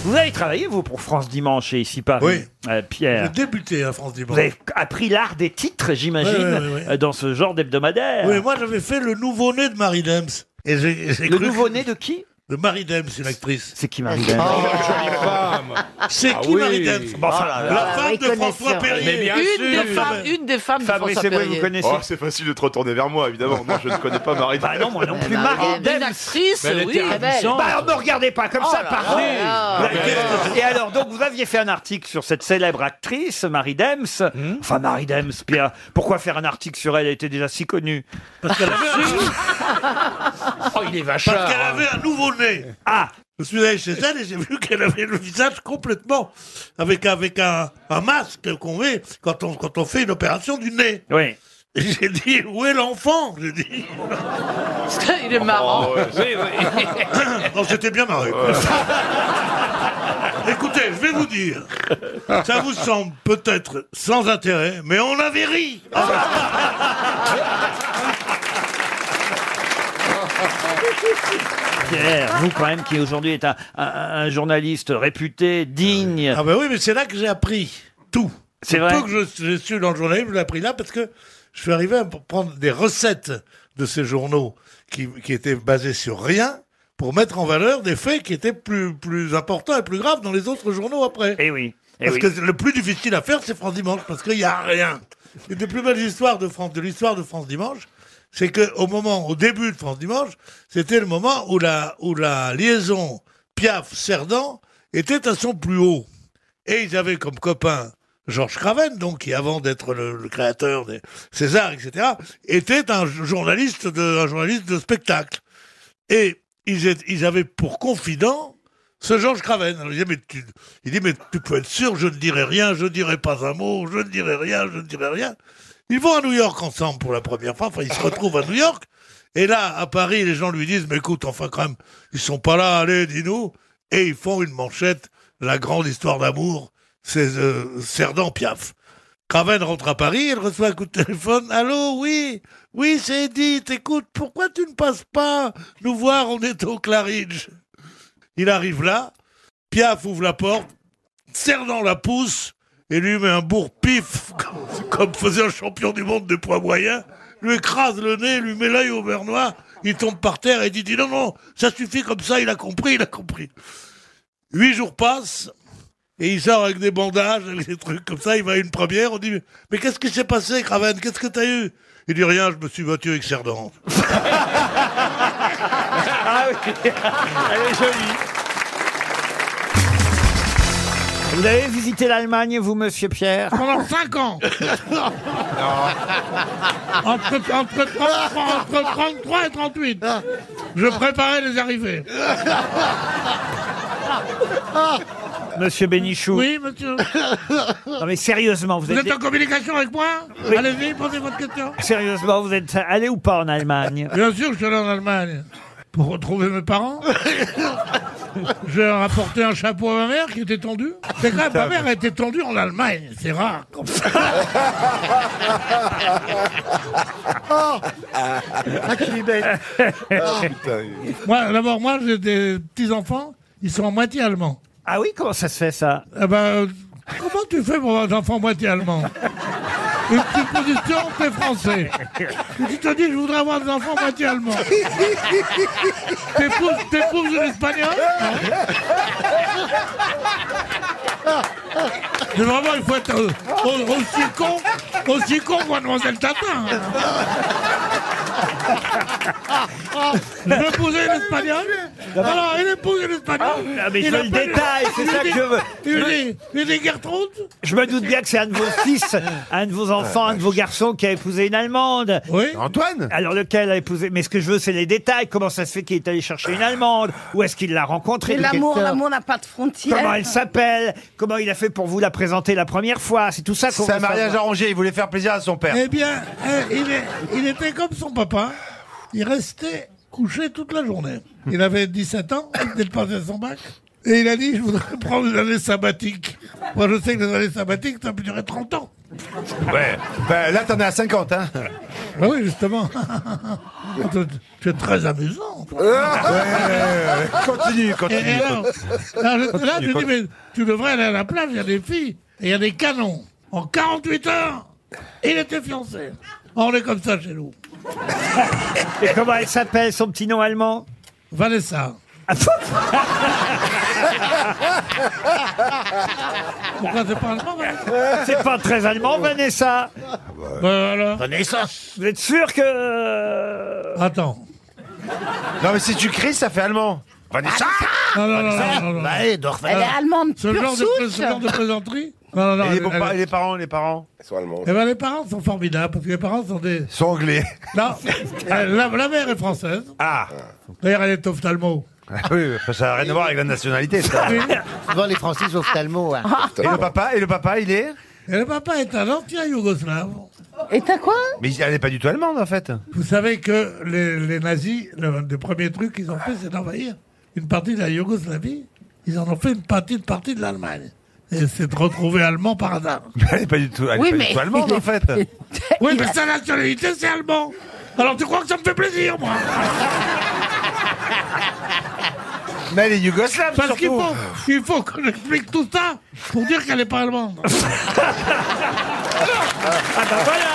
Speaker 2: Vous avez travaillé, vous, pour France Dimanche et ici Paris
Speaker 1: Oui.
Speaker 2: Euh, Pierre.
Speaker 1: J'ai débuté à France Dimanche.
Speaker 2: Vous avez appris l'art des titres, j'imagine,
Speaker 1: Ouais, ouais, ouais, ouais.
Speaker 2: euh, dans ce genre d'hebdomadaire.
Speaker 1: Oui, moi j'avais fait le nouveau-né de Marie Dems. Et j'ai- j'ai
Speaker 2: Le
Speaker 1: cru-
Speaker 2: nouveau-né de qui
Speaker 1: De Marie Dems, une actrice.
Speaker 2: C'est qui Marie Dems
Speaker 1: Ah, C'est
Speaker 2: Ah
Speaker 1: qui
Speaker 2: oui.
Speaker 1: Marie Dems
Speaker 2: Bon, enfin,
Speaker 1: La
Speaker 2: là, là,
Speaker 1: femme
Speaker 2: oui,
Speaker 1: de François
Speaker 2: connaisseur.
Speaker 1: Perrier.
Speaker 2: Mais bien Une sûr. des femmes-
Speaker 15: une des femmes
Speaker 13: Fabrice
Speaker 15: François
Speaker 13: et moi,
Speaker 15: Perrier.
Speaker 13: Oh, c'est facile de te retourner vers moi, évidemment. Non, je ne connais pas Marie. Bah
Speaker 2: non, moi non
Speaker 15: plus, Marie Marie Dems. Dems. actrice, Mais elle oui. était ravissante.
Speaker 2: Bah, me regardez pas comme
Speaker 15: Oh
Speaker 2: ça,
Speaker 15: là
Speaker 2: pardon.
Speaker 15: là.
Speaker 2: Vous avez- Et alors, donc, vous aviez fait un article sur cette célèbre actrice, Marie Dems. Enfin, Marie Dems, Pierre. Pourquoi faire un article sur elle Elle était déjà si connue. Parce qu'elle
Speaker 1: Oh, il est vachard. Parce qu'elle avait un nouveau-né.
Speaker 2: Ah
Speaker 1: Je suis allé chez elle et j'ai vu qu'elle avait le visage complètement avec, avec un, un masque qu'on met quand on, quand on fait une opération du nez.
Speaker 2: Oui.
Speaker 1: Et j'ai dit, où est l'enfant J'ai dit.
Speaker 15: Il est marrant.
Speaker 1: On s'était bien marré. Écoutez, je vais vous dire, ça vous semble peut-être sans intérêt, mais on avait ri.
Speaker 2: Pierre, vous quand même qui aujourd'hui est un, un- un journaliste réputé, digne.
Speaker 1: Ah ben oui, mais c'est là que j'ai appris tout.
Speaker 2: C'est
Speaker 1: Le
Speaker 2: vrai.
Speaker 1: peu que je, je suis dans le journalisme, je l'ai appris là parce que je suis arrivé à prendre des recettes de ces journaux qui, qui étaient basés sur rien pour mettre en valeur des faits qui étaient plus, plus importants et plus graves dans les autres journaux après.
Speaker 2: Eh oui. eh
Speaker 1: parce
Speaker 2: oui.
Speaker 1: que le plus difficile à faire, c'est France Dimanche, parce qu'il n'y a rien. Une des plus belles histoires de France, de l'histoire de France Dimanche, c'est que au moment, au début de France Dimanche, c'était le moment où la, où la liaison Piaf-Cerdan était à son plus haut. Et ils avaient comme copain Georges Craven, donc qui avant d'être le, le créateur des César, etc., était un journaliste de, un journaliste de spectacle. Et ils, étaient- ils avaient pour confident ce Georges Craven. Alors, il, dit, mais tu, il dit, mais tu peux être sûr, je ne dirai rien, je ne dirai pas un mot, je ne dirai rien, je ne dirai rien. Ils vont à New York ensemble pour la première fois, enfin ils se retrouvent à New York. Et là, à Paris, les gens lui disent, mais écoute, enfin quand même, ils sont pas là, allez, dis-nous. Et ils font une manchette, la grande histoire d'amour c'est euh, Cerdan Piaf. Raven rentre à Paris, elle reçoit un coup de téléphone. Allô, oui, oui, c'est Edith. Écoute, pourquoi tu ne passes pas nous voir On est au Claridge. Il arrive là, Piaf ouvre la porte, Cerdan la pousse et lui met un bourre-pif, comme, comme faisait un champion du monde des poids moyens, lui écrase le nez, lui met l'œil au beurre noir, il tombe par terre et dit, dit non, non, ça suffit comme ça, il a compris, il a compris. Huit jours passent, et il sort avec des bandages, avec des trucs comme ça, il va à une première, on dit, mais qu'est-ce qui s'est passé, Craven, qu'est-ce que t'as eu Il dit rien, je me suis battu avec Cerdan.
Speaker 2: Ah oui, elle est jolie. Vous avez visité l'Allemagne, vous, monsieur Pierre
Speaker 1: Pendant 5 ans Entre, entre 33, entre 33 et 38, je préparais les arrivées.
Speaker 2: Monsieur Bénichou.
Speaker 1: Oui, monsieur.
Speaker 2: Non mais sérieusement, vous,
Speaker 1: Vous
Speaker 2: êtes...
Speaker 1: êtes en communication avec moi
Speaker 2: Oui.
Speaker 1: Allez-y, posez votre question.
Speaker 2: Sérieusement, vous êtes allé ou pas en Allemagne
Speaker 1: Bien sûr, je suis allé en Allemagne pour retrouver mes parents. J'ai rapporté un chapeau à ma mère qui était tendue. C'est quand même, ma mère était tendue en Allemagne. C'est rare. comme ça.
Speaker 13: Ah,
Speaker 1: moi, d'abord, moi, j'ai des petits-enfants. Ils sont en moitié allemands.
Speaker 2: Ah oui, comment ça se fait, ça
Speaker 1: Eh ben, euh, comment tu fais pour avoir des enfants moitié allemands Une petite position, t'es français. Et tu te dis, je voudrais avoir des enfants moitié allemands. T'épouses, t'épouses une espagnole Mais vraiment, il faut être euh, au- aussi con, aussi con que Mademoiselle Tatin. Je veux épouser une espagnole Alors, il épouse une espagnole.
Speaker 2: Ah, mais je
Speaker 1: Il
Speaker 2: veux le
Speaker 1: appelle-
Speaker 2: détail, c'est
Speaker 1: il
Speaker 2: ça
Speaker 1: lui
Speaker 2: que
Speaker 1: dit-
Speaker 2: je veux.
Speaker 1: Il
Speaker 2: Je-
Speaker 1: lui dit, il lui dit Gertrude
Speaker 2: Je me doute bien que c'est un de vos fils, un de vos enfants, un de vos garçons qui a épousé une Allemande.
Speaker 1: Oui.
Speaker 2: Antoine Alors lequel a épousé Mais ce que je veux, c'est les détails. Comment ça se fait qu'il est allé chercher une Allemande Où est-ce qu'il l'a rencontrée
Speaker 3: Mais
Speaker 2: De quelle
Speaker 3: l'amour,
Speaker 2: sorte
Speaker 3: l'amour n'a pas de frontières.
Speaker 2: Comment elle s'appelle Comment il a fait pour vous la présenter la première fois C'est tout ça qu'on
Speaker 14: C'est un
Speaker 2: veut
Speaker 14: mariage
Speaker 2: savoir.
Speaker 14: arrangé, il voulait faire plaisir à son père.
Speaker 1: Eh bien, euh, il, est- il était comme son papa. Il restait couché toute la journée. Il avait 17 ans, il était passé son bac. Et il a dit, je voudrais prendre une année sabbatique. Moi, je sais que les années sabbatiques, ça peut durer 30 ans.
Speaker 14: Ouais. Ben, là, t'en es à 50, hein.
Speaker 1: Ah oui, justement. C'est très amusant.
Speaker 14: Continue, continue.
Speaker 1: Et- et alors, là, je- là,
Speaker 14: Continue,
Speaker 1: tu dis,
Speaker 14: continue.
Speaker 1: mais tu devrais aller à la plage, il y a des filles, et il y a des canons. En 48 heures, il était fiancé. On est comme ça chez nous.
Speaker 2: Et comment elle s'appelle, son petit nom allemand
Speaker 1: Vanessa. Pourquoi c'est pas allemand, Vanessa Bah,
Speaker 2: C'est pas très allemand, Vanessa
Speaker 1: Vanessa
Speaker 2: Vous êtes sûr euh, que...
Speaker 1: Attends.
Speaker 14: Non, mais si tu cries, ça fait allemand. Ah, Vanessa
Speaker 1: Non, non, non, Ah, non, non, non.
Speaker 3: Elle est allemande
Speaker 1: Ce
Speaker 3: pure
Speaker 1: genre, de,
Speaker 3: souche.
Speaker 1: ce genre de plaisanterie Non, non, non.
Speaker 14: Et les,
Speaker 1: elle-
Speaker 14: beaux-
Speaker 1: elle-
Speaker 14: les parents, les parents. Ils sont allemands.
Speaker 1: Eh ben, les parents sont formidables, parce que les parents sont des...
Speaker 14: Ils sont anglais.
Speaker 1: Non, elle- la, la mère est française.
Speaker 14: Ah
Speaker 1: D'ailleurs, elle est ophtalmo.
Speaker 14: Oui, parce que ça n'a rien à voir avec la nationalité, ça.
Speaker 16: Souvent les Français sauf Talmo.
Speaker 14: Et le papa, et le papa, il est
Speaker 1: Et le papa est un ancien yougoslave.
Speaker 3: Et t'as quoi
Speaker 14: Mais elle n'est pas du tout allemande, en fait.
Speaker 1: Vous savez que les, les nazis, le, le premier truc qu'ils ont fait, c'est d'envahir une partie de la Yougoslavie. Ils en ont fait une partie, une partie de l'Allemagne. Et c'est de retrouver allemand par hasard.
Speaker 14: Mais elle n'est pas du tout, elle est
Speaker 1: Oui,
Speaker 14: pas du
Speaker 1: mais-
Speaker 14: tout allemande, en fait.
Speaker 1: Oui, mais sa nationalité, c'est allemand. Alors tu crois que ça me fait plaisir, moi
Speaker 14: Ah, Mais elle est yougoslave,
Speaker 1: Parce qu'il
Speaker 14: surtout.
Speaker 1: faut, il faut que j'explique tout ça pour dire qu'elle n'est pas allemande.
Speaker 2: Ah bah voilà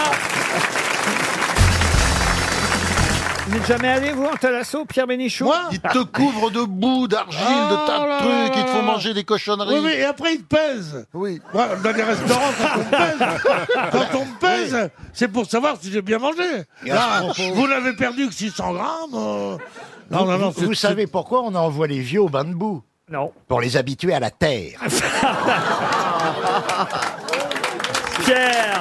Speaker 2: Vous n'êtes jamais allé, vous, en Talasso, Pierre Bénichou
Speaker 5: Ils te couvrent de boue, d'argile, de tas de trucs, ils te font manger des cochonneries.
Speaker 1: Oh Oui, oui, et après, ils te pèsent.
Speaker 5: Oui.
Speaker 1: Ouais, Bah, dans les restaurants, quand on me pèse, quand on me pèse, c'est pour savoir si j'ai bien mangé.
Speaker 5: Et à
Speaker 1: Là,
Speaker 5: ce propos-
Speaker 1: vous n'avez perdu que 600 grammes. euh,
Speaker 5: Vous-
Speaker 1: Non, non, non.
Speaker 5: vous, vous savez pourquoi on envoie les vieux au bain de boue
Speaker 2: Non.
Speaker 5: Pour les habituer à la terre.
Speaker 2: Pierre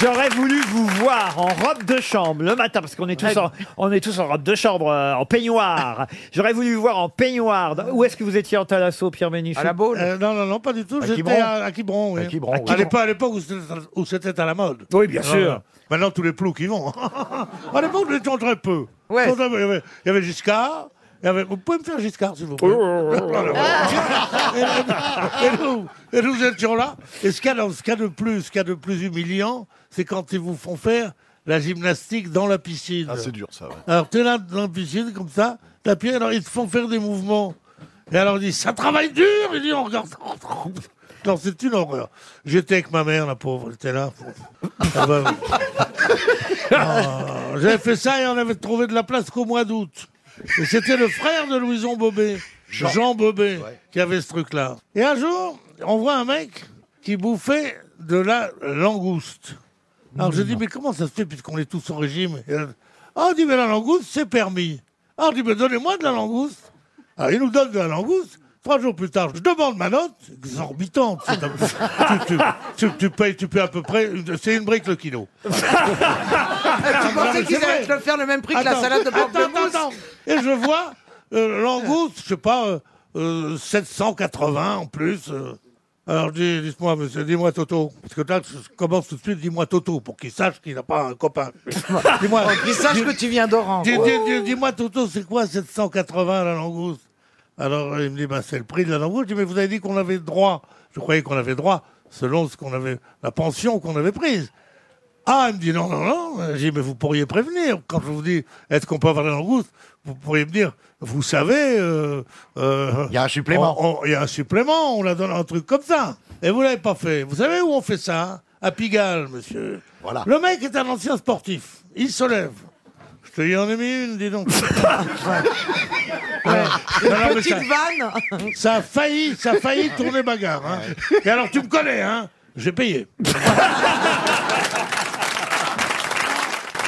Speaker 2: J'aurais voulu vous voir en robe de chambre le matin, parce qu'on est tous en, on est tous en robe de chambre, euh, en peignoir. J'aurais voulu vous voir en peignoir. Dans- Où est-ce que vous étiez en Talasso, Pierre Bénichou
Speaker 1: Euh, Non, non, non, pas du tout.
Speaker 2: À
Speaker 1: J'étais
Speaker 2: Quiberon
Speaker 1: à, à Quiberon, oui.
Speaker 2: À Quiberon, oui.
Speaker 1: À l'époque- à l'époque où c'était- où c'était à la mode.
Speaker 2: Oui, bien
Speaker 1: Non,
Speaker 13: Ah
Speaker 2: sûr.
Speaker 1: non. Maintenant, tous les ploucs qui vont. à l'époque, on était très peu. On avait- Il y avait Giscard, Et avec- Vous pouvez me faire Giscard, s'il vous plaît
Speaker 13: Oh.
Speaker 1: Voilà. Et nous, et nous étions là. Et ce qu'il y a dans- ce qu'il y a de plus, ce qu'il y a de plus humiliant, c'est quand ils vous font faire la gymnastique dans la piscine.
Speaker 13: Ah, c'est dur, ça, ouais.
Speaker 1: Alors, t'es là dans la piscine, comme ça, t'as pied, alors ils te font faire des mouvements. Et alors, ils disent, ça travaille dur Il dit, on regarde. Non, c'est une horreur. J'étais avec ma mère, la pauvre, elle était là. Ah bah oui. Oh, J'avais fait ça et on avait trouvé de la place qu'au mois d'août. Et c'était le frère de Louison Bobet, Jean, Bobet, qui avait ce truc-là. Et un jour, on voit un mec qui bouffait de la langouste. Alors je dis, mais comment ça se fait puisqu'on est tous en régime Et là, Ah, on dit, mais la langouste, c'est permis. Ah, on dit, mais donnez-moi de la langouste. Alors il nous donne de la langouste. Trois jours plus tard, je demande ma note, exorbitante. c'est un- tu, tu- tu- tu payes, tu payes à peu près, une- c'est une brique le kilo. Non,
Speaker 15: Tu
Speaker 1: mais
Speaker 15: pensais qu'ils
Speaker 1: c'est
Speaker 15: allaient
Speaker 1: vrai.
Speaker 15: te le faire le même prix que la
Speaker 1: Attends,
Speaker 15: salade de
Speaker 1: attends,
Speaker 15: pamplemousse
Speaker 1: attends. Et je vois euh, langouste, je sais pas, euh, euh, 780 en plus. euh. Alors je dis, dites-moi, monsieur, dis-moi Toto. Parce que là, je commence tout de suite, dis-moi Toto, pour qu'il sache qu'il n'a pas un copain. dis-moi.
Speaker 15: Pour qu'il sache
Speaker 1: dis-
Speaker 15: que tu viens d'Oran.
Speaker 1: dis- dis- dis- Dis-moi Toto, c'est quoi 780 la langouste Alors euh, il me dit, bah, c'est le prix de la langouste. Je dis, mais vous avez dit qu'on avait droit. Je croyais qu'on avait droit selon ce qu'on avait, la pension qu'on avait prise. Ah, elle me dit non, non, non. J'ai dit, mais vous pourriez prévenir. Quand je vous dis, est-ce qu'on peut avoir la langouste Vous pourriez me dire, vous savez. euh, euh, on- on- il y a un
Speaker 5: supplément.
Speaker 1: Il y a un supplément, on la donne un truc comme ça. Et vous l'avez pas fait. Vous savez où on fait ça hein À Pigalle, monsieur.
Speaker 5: Voilà.
Speaker 1: Le mec est un ancien sportif. Il se lève. Je te dis, en ai mis une, dis donc. Ouais.
Speaker 15: Une
Speaker 1: Non, non, mais
Speaker 15: Ah, petite
Speaker 1: ça-
Speaker 15: vanne
Speaker 1: ça a failli, ça a failli tourner bagarre. hein. Et alors, tu me connais, hein J'ai payé.